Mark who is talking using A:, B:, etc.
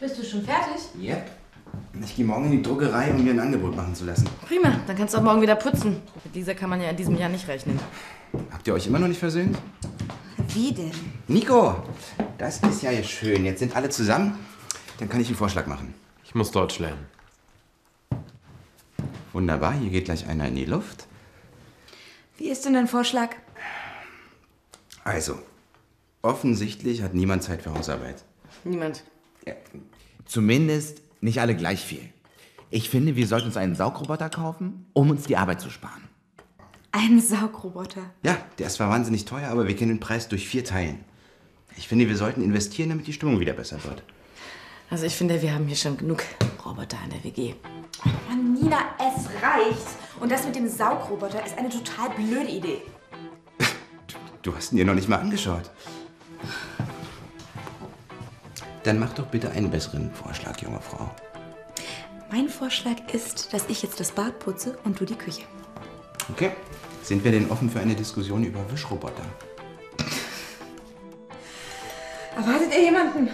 A: du schon fertig?
B: Yep. Ich gehe morgen in die Druckerei, um mir ein Angebot machen zu lassen.
C: Prima, dann kannst du auch morgen wieder putzen. Mit Lisa kann man ja in diesem Jahr nicht rechnen.
B: Habt ihr euch immer noch nicht versöhnt?
D: Wie denn?
B: Nico, das ist ja jetzt schön. Jetzt sind alle zusammen. Dann kann ich einen Vorschlag machen.
E: Ich muss Deutsch lernen.
B: Wunderbar, hier geht gleich einer in die Luft.
D: Wie ist denn dein Vorschlag?
B: Also, offensichtlich hat niemand Zeit für Hausarbeit.
C: Niemand.
F: Zumindest nicht alle gleich viel. Ich finde, wir sollten uns einen Saugroboter kaufen, um uns die Arbeit zu sparen.
D: Ein Saugroboter.
B: Ja, der ist zwar wahnsinnig teuer, aber wir kennen den Preis durch vier Teilen. Ich finde, wir sollten investieren, damit die Stimmung wieder besser wird.
C: Also ich finde, wir haben hier schon genug Roboter in der WG.
D: Mann, Nina, es reicht. Und das mit dem Saugroboter ist eine total blöde Idee.
B: Du hast ihn dir noch nicht mal angeschaut. Dann mach doch bitte einen besseren Vorschlag, junge Frau.
D: Mein Vorschlag ist, dass ich jetzt das Bad putze und du die Küche.
B: Okay. Sind wir denn offen für eine Diskussion über Wischroboter?
D: Erwartet ihr jemanden?